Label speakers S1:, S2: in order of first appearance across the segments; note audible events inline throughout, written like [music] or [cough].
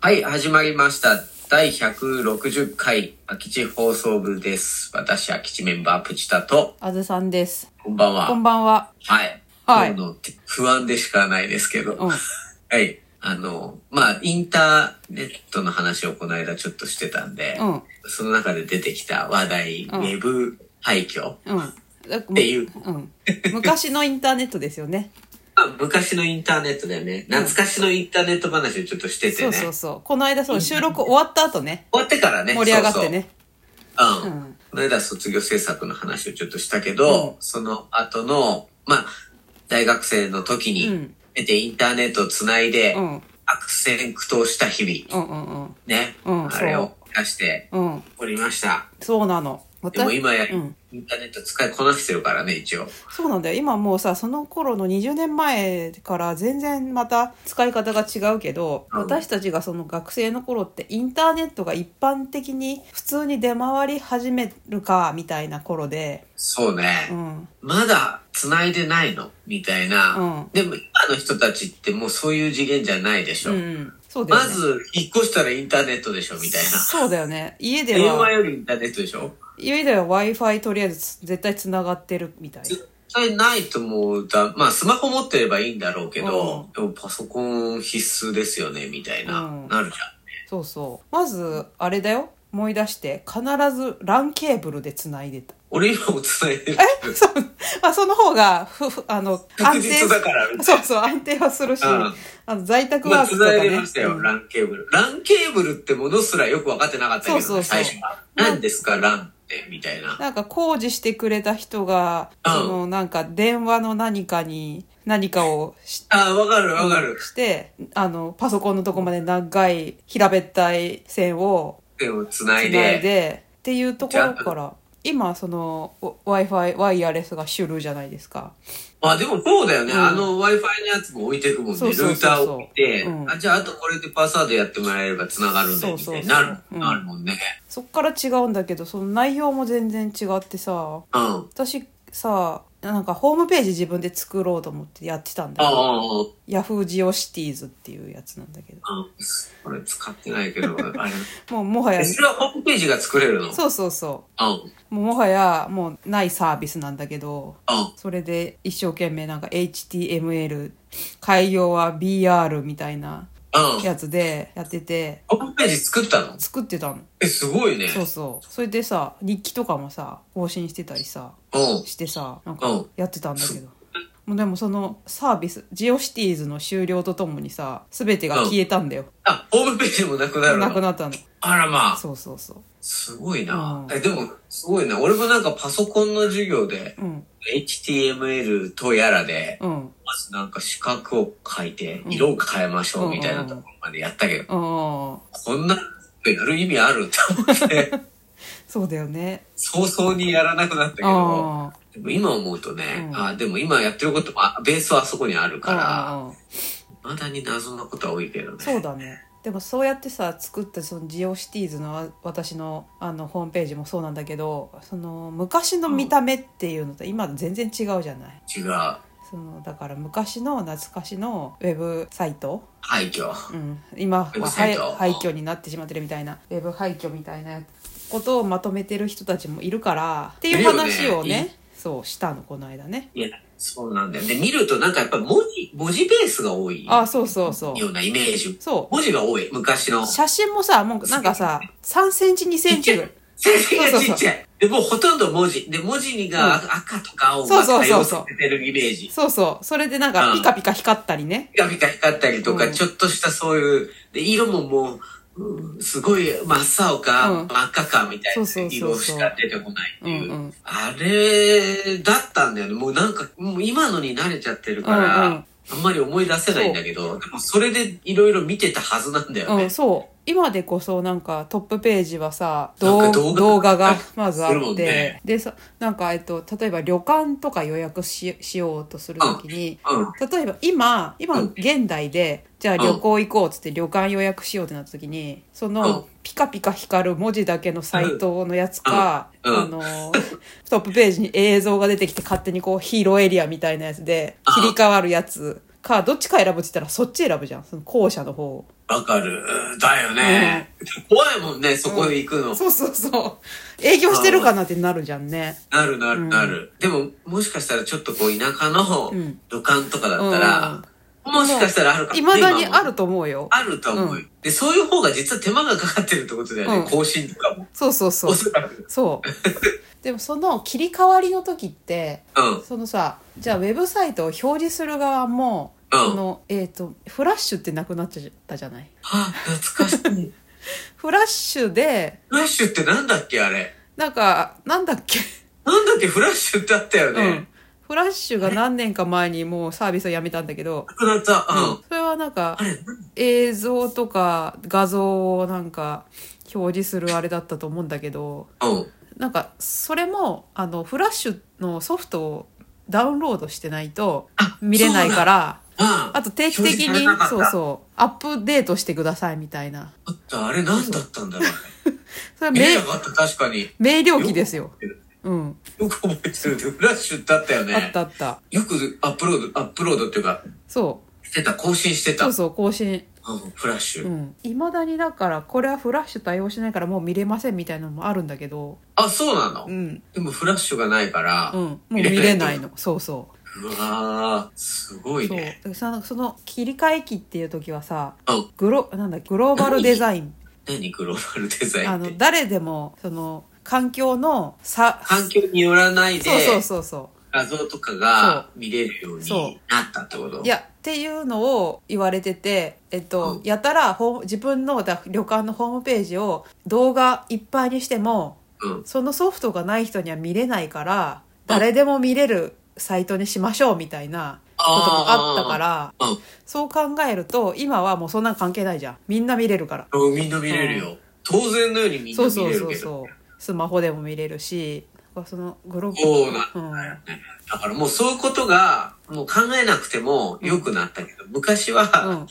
S1: はい、始まりました。第160回空き地放送部です。私、空き地メンバープチタと、
S2: あずさんです。
S1: こんばんは。
S2: こんばんは。
S1: はい。
S2: はい
S1: 今日のて不安でしかないですけど。
S2: うん
S1: はい。あの、まあ、インターネットの話をこの間ちょっとしてたんで、
S2: うん
S1: その中で出てきた話題、ウ
S2: ん
S1: ェブ廃墟。
S2: うん。だって
S1: いう
S2: うん、昔のインターネットですよね。
S1: まあ、昔のインターネットだよね。懐かしのインターネット話をちょっとしてて
S2: そ
S1: ね。
S2: うそうそう。この間そう、収録終わった後ね、
S1: 終わってからね。
S2: 盛り上がってね。
S1: そうそう。う
S2: うんん。
S1: この間卒業制作の話をちょっとしたけど、
S2: うん
S1: その後の、まあ、大学生の時
S2: う
S1: に
S2: ん、
S1: 出てインターネットをつないで、
S2: うん
S1: 悪戦苦闘した日々、
S2: うんうん
S1: ね、
S2: うん
S1: あれを出して
S2: うん。うん。
S1: おりました。
S2: そうなの。私
S1: でも今や、
S2: うん。
S1: インターネット使いこなしてるからね、一応。
S2: そうなんだよ。今もうさ、その頃の20年前から全然また使い方が違うけど、
S1: うん
S2: 私たちがその学生の頃ってインターネットが一般的に普通に出回り始めるか、みたいな頃で、
S1: そうね。
S2: うん。
S1: まだ繋いでないのみたいな、
S2: うん
S1: でも今の人たちってもうそういう次元じゃないでし
S2: う
S1: ょ。
S2: ん。そうだよ
S1: ま
S2: ね。
S1: ず、引っ越したらインターネットでしょみたいな。
S2: そうだよね。
S1: [laughs]
S2: 家で
S1: 電話
S2: は、
S1: よりインターネットでしょ
S2: 家では Wi-Fi とりあえずつ絶対繋がってるみたい。
S1: 絶対ないと思うだ。まあ、スマホ持ってればいいんだろうけど、でもパソコン必須ですよね、みたいな、
S2: うん
S1: なるじ
S2: そうそう。まず、あれだよ。思い出して、必ず LAN ケーブルで繋いでた。
S1: ゃん。俺今も繋いで [laughs] る。
S2: そう。まあ、その方が、ふ、ふあの、
S1: 確実だから。
S2: そうそう、安定はするし、
S1: うん
S2: あの、在宅
S1: ま
S2: ワ
S1: あ、
S2: ークとか
S1: 繋い
S2: ね。
S1: でましたよ、
S2: うん
S1: LAN ケーブル。LAN ケーブルってものすらよく分かってなかったけどね、
S2: そうそうそ
S1: 最
S2: う
S1: 初は。何ですか、LAN って、みたいな。
S2: なんか工事してくれた人が、
S1: うん
S2: そのなんか電話の何かに、何かをし
S1: ああ、わかるわかる。
S2: して、あの、パソコンのとこまで長い平べったい線を
S1: でも繋
S2: つ
S1: い
S2: ない
S1: で。
S2: でっていうところから今その w i f i ワイヤレスが主流じゃないですか
S1: まあでもそうだよね。
S2: うん
S1: あの Wi-Fi のやつも置いてくもんね。
S2: そうそうそう
S1: ルーター
S2: そう
S1: を置いて、
S2: うん
S1: あ、じゃああとこれでパスワードやってもらえれば繋がるんだよ、みたいにな
S2: そう
S1: る
S2: そうそううん
S1: なるもんね。
S2: そっから違うんだけどその内容も全然違ってさ
S1: うん。あ
S2: 私さなんかホームページ自分で作ろうと思ってやってたんだ
S1: あ、
S2: よ
S1: ああ
S2: ヤフージオシティーズっていうやつなんだけど
S1: あこれ使ってないけど、あれ。
S2: [laughs] もうもはや
S1: えそれはホームページが作れるの
S2: そうそうそ
S1: うん。うん。
S2: うもうもはやもうないサービスなんだけどそれで一生懸命なんか HTML 改行は BR みたいな
S1: うん。
S2: やつでやってて
S1: ホームページ作ったの
S2: 作ってたの
S1: え、すごいね。
S2: そうそうそれでさ日記とかもさ更新してたりさ
S1: うん。
S2: してさなん
S1: う
S2: か
S1: ん
S2: やってたんだけど、もうでもそのサービスジオシティーズの終了とともにさ全てが消えたんだよ、
S1: あ、ホームページもなくなる
S2: なく
S1: の
S2: なったの
S1: あらまあ。
S2: そうそうそう
S1: すごいな。
S2: うん
S1: え、でも、すごいな。俺もなんかパソコンの授業で、
S2: うん
S1: HTML とやらで、
S2: うん
S1: まずなんか四角を書いて、
S2: うん
S1: 色を変えましょうみたいなところまでやったけど、
S2: ああ
S1: こんなことやる意味あると
S2: [laughs]
S1: 思って、
S2: そうだよね
S1: 早々にやらなくなったけど、
S2: ああ
S1: でも今思うとね、
S2: うん
S1: あでも今やってることも、あベースはあそこにあるから、
S2: ああ
S1: まだに謎なことは多いけどね。
S2: そうだねでもそうやってさ作ったそのジオシティーズのわ私のあのホームページもそうなんだけどその昔の見た目っていうのと今全然違うじゃない
S1: 違う。
S2: そのだから昔の懐かしのウェブサイト、
S1: 廃墟。
S2: うん、今は
S1: ウェブサイ
S2: 廃
S1: ト
S2: 廃墟になってしまってるみたいなウェブ廃墟みたいなことをまとめてる人たちもいるからっていう話を
S1: いるよ
S2: ね
S1: ね
S2: そうしたのこの間ね
S1: いや、そうなんだよ。で、見るとなんかやっぱ文字、文字ベースが多い
S2: あそうそうそう
S1: ようなイメージ。
S2: そ
S1: 文字が多い、昔の
S2: う。写真もさもうなんかさ3センチ2センチぐらい
S1: 先生がち
S2: そ
S1: っ
S2: う
S1: ち
S2: そ
S1: ゃい。で、もうほとんど文字。で、文字にが赤とか青
S2: そ
S1: が
S2: うそう
S1: 多
S2: そう
S1: 様
S2: そう
S1: されてるイメージ。
S2: そうそう。それでなん
S1: う
S2: か
S1: ん
S2: ピカピカ光ったりね。
S1: ピカピカ光ったりと
S2: う
S1: か、
S2: ん
S1: ちょっとしたそういう、で、色ももう、うんすごい真っ青
S2: う
S1: か
S2: ん
S1: 真っ赤かみたいな
S2: そうそうそう
S1: 色
S2: そう
S1: しか出てこないっていううん
S2: うん。
S1: あれだったんだよね。もうなんか、もう今のに慣れちゃってるか
S2: うんう
S1: ら
S2: ん、
S1: あんまり思い出せないんだけど、でもそれでいろいろ見てたはずなんだよ
S2: う
S1: ね
S2: ん、。そう。今でこそなんかトップページはさ、
S1: なんか
S2: 動
S1: 動
S2: 動
S1: 画
S2: 画
S1: は
S2: が
S1: い
S2: まずあ
S1: するも
S2: っ
S1: ん
S2: て、
S1: ね
S2: でさ、なんかえっと、例えば旅館とか予約ししようとするときに、
S1: うん。
S2: 例えば今、今
S1: うん
S2: 現代で、じゃあ
S1: ん
S2: 旅行行こうっつって旅館予約しようってなったときに、そ
S1: うん
S2: のピカピカ光る文字だけのサイトのやつか、
S1: うんうん
S2: あの、トップページに映像が出てきて勝手にこうヒーローエリアみたいなやつで
S1: うん
S2: 切り替わるやつか、どっちか選ぶって言ったらそっち選ぶじゃん。その後者の方を。
S1: わかる。だよね。怖いもんね、そこで行くの。
S2: そうそうそう営業してるかなってなるじゃんね
S1: なるなるなる。でも、もしかしたらちょっとこう、田舎の
S2: うん
S1: 旅館とかだったら、もしかしたらあるかも
S2: いまだに
S1: 今も
S2: あると思うよ
S1: あると思うよ、で、そういう方が実は手間がかかってるってことだよね。
S2: うん
S1: 更新とかも。
S2: そうそうそ
S1: お
S2: う
S1: そらく。
S2: そう
S1: [laughs]
S2: でもその切り替わりの時って
S1: うん。
S2: そのさじゃあウェブサイトを表示する側も
S1: うん
S2: そのえっ、とフラッシュってなくなっちゃったじゃない
S1: はあ、懐かし
S2: [laughs]
S1: い。
S2: フラッシュで
S1: フラッシュってなんだっけあれ。
S2: なんかなんだっけ、
S1: なんだっけフラッシュってあったよ
S2: う
S1: ね
S2: ん。、フラッシュが何年か前にもうサービスをやめたんだけど、
S1: なくなった。うん。
S2: それはなんか
S1: あれ、
S2: 映像とか画像をなんか表示するあれだったと思うんだけど
S1: うん。
S2: なんかそれもあのフラッシュのソフトをダウンロードしてないと
S1: あ
S2: 見れないから
S1: ああ、
S2: あと定期的
S1: 表示され
S2: に
S1: なかった
S2: そうそうアップデートしてくださいみたいな
S1: あった。あれなんだったんだろうね。
S2: [laughs] それは
S1: 見え
S2: 明
S1: なかった、確かに。
S2: 明瞭期です
S1: よ
S2: よ
S1: く覚えてる。
S2: うん、
S1: よく覚えてるけどフラッシュってあったよ
S2: あっ
S1: ね。
S2: たあった
S1: よくアップロード、アップロードっていうか、
S2: そう
S1: してた、更新してた。
S2: そう
S1: うん、
S2: そう更新
S1: フラッシュ、
S2: いま、未だにだからこれはフラッシュ対応しないからもう見れませんみたいなのもあるんだけど
S1: あ、そうなの、
S2: うん
S1: でもフラッシュがないから、
S2: うんもう見れないのそうそう
S1: うわー、すごい
S2: そう
S1: ね。
S2: でさその切り替え期っていう時はさ
S1: うん。
S2: グロなんだグローバルデザイン
S1: 何グローバルデザイン
S2: あ
S1: って
S2: の。誰でもその環境のさ
S1: 環境によらないで
S2: そうそうそうそ
S1: 画像とかが見れるよう
S2: そ
S1: になったってこと
S2: ういやっていうのを言われてて、えっと
S1: うん
S2: やたらホーム自分のだ旅館のホームページを動画いっぱいにしても
S1: うん。
S2: そのソフトがない人には見れないから誰でも見れるサイトにしましょうみたいなことがあったから
S1: あーうん
S2: そう考えると今はもうそんなん関係ないじゃんみんな見れるから。
S1: うんみんな見れるよ。当然のようにみんな
S2: そう
S1: 見
S2: そう
S1: れる
S2: そう
S1: けど。
S2: そうスマホでも見れるしだからそのグロー
S1: そうなん
S2: うん
S1: だよね。だからもうそういうことが、もう考えなくても良くなったけど、昔は
S2: う
S1: 考
S2: ん、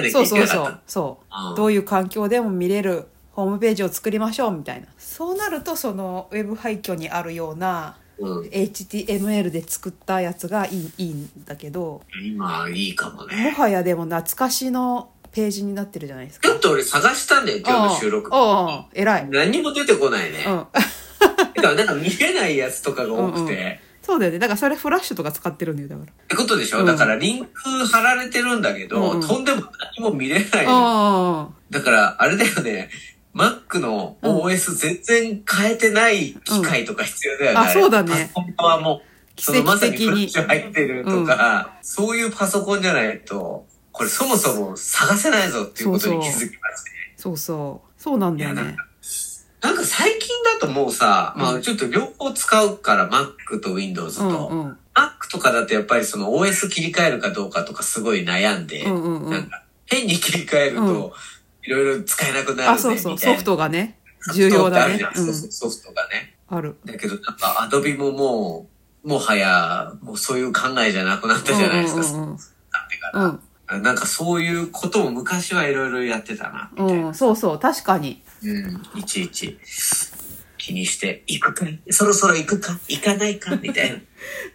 S1: えなきゃ
S2: そう
S1: いけ
S2: そう
S1: なか
S2: そ
S1: った [laughs]
S2: う。そう
S1: うん
S2: どういう環境でも見れるホームページを作りましょうみたいなそうなるとそのウェブ廃墟にあるような
S1: うん、
S2: HTML で作ったやつがいいいいんだけど
S1: 今いいかも
S2: も
S1: ね。
S2: はやでも懐かしのページになってるじゃないですか
S1: ちょっと俺探したんだよ、今日の収録。
S2: うんうんうん偉い、
S1: 何にも出てこないね
S2: う。ん、 [laughs]
S1: てか、なんか見えないやつとかが多くて。
S2: うんうんそうだよねだからそれフラッシュとか使ってるんだよだから
S1: ってことでしょ、
S2: うん
S1: だからリンク貼られてるんだけど、
S2: うんうん
S1: とんでも何も見れないの。
S2: あ
S1: だから、あれだよね。Mac の OS 全然変えてない機械とか必要だよね。
S2: うんあそうだね
S1: れパソコン側も、
S2: 奇
S1: その
S2: 跡的に
S1: まさにフラッシュ入ってるとか、そういうパソコンじゃないと、これそもそも探せないぞっていうことに気づきましたね。
S2: あそうそうそうなんだよ
S1: いやなん
S2: ね
S1: なんか最近だともうさ、ま
S2: う
S1: あちょっと両方使うから Mac と Windows と、
S2: うんうん、
S1: Mac とかだとやっぱりその OS 切り替えるかどうかとかすごい悩んで、
S2: うんうんうん
S1: なんか変に切り替えると、いろいろ使えなくな
S2: あ
S1: るぜ
S2: そう
S1: みたいな。
S2: そうソフトがね重要だね
S1: ソフトってあるじゃんそうそうソフトがね。
S2: うん、ある
S1: だけどなんか Adobe ももう、もはや、もうそういう考えじゃなくなったじゃないですか、
S2: うんうんうんうん
S1: そうなってか
S2: うん
S1: ら。なんかそういうことを昔はいろいろやってたな、みたいな。
S2: うん、そうそう、確かに。
S1: うん、いちいち気にして、行くかそろそろ行くか行かないかみたいな。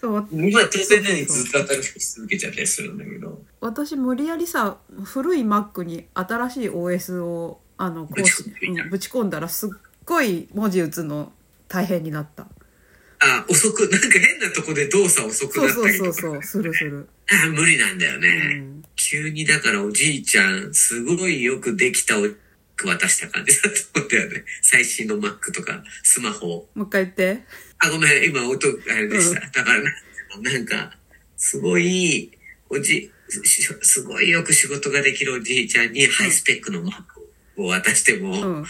S2: そう
S1: 今、当然のようにずっと当たり続けちゃったりするんだけど。
S2: 私、無理やりさ、古い Mac に新しい OS を、あの、こう
S1: ぶち込んでみた
S2: うんぶち込んだら、すっごい文字打つの大変になった。
S1: あ、遅く、なんか変なとこで動作遅く
S2: そ
S1: な
S2: う
S1: った
S2: そう
S1: りと
S2: そ
S1: か。
S2: う、そうするする。
S1: あ無理なんだよね。
S2: うん
S1: 急にだからおじいちゃん、すごいよくできたお、渡した感じだと思ったよね。最新の Mac とか、スマホ。
S2: もう一回言って。
S1: あ、ごめん、今音、あれでした。だからな、なんか、すごい、おじ、しすごいよく仕事ができるおじいちゃんにハイスペックの Mac を渡しても、
S2: うん。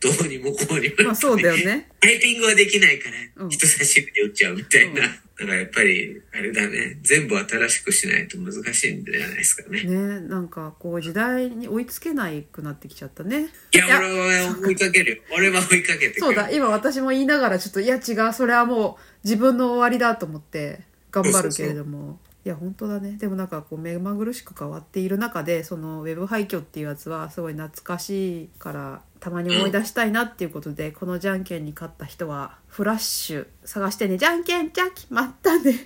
S1: どどうにもこうにも、
S2: まあ、そうだよね。
S1: タイピングはできないか
S2: う
S1: ら、
S2: ん
S1: 人差し指で打っちゃうみたいな。
S2: うん
S1: だからやっぱり、あれだね、全部新しくしないと難しいんじゃないですかね。
S2: ね、なんか、こう、時代に追いつけないくなってきちゃったね。
S1: いや、俺は追いかけるよ。俺は追いかけてくる。
S2: そうだ、今私も言いながら、ちょっと、いや、違う、それはもう、自分の終わりだと思って、頑張るけれども。いや、本当だね。でもなんか、こう、目まぐるしく変わっている中で、その、ウェブ廃墟っていうやつは、すごい懐かしいから、たまに思い出したいなっていうことで、このじゃんけんに勝った人は、フラッシュ探してね、じゃんけん、じゃんけん、またね。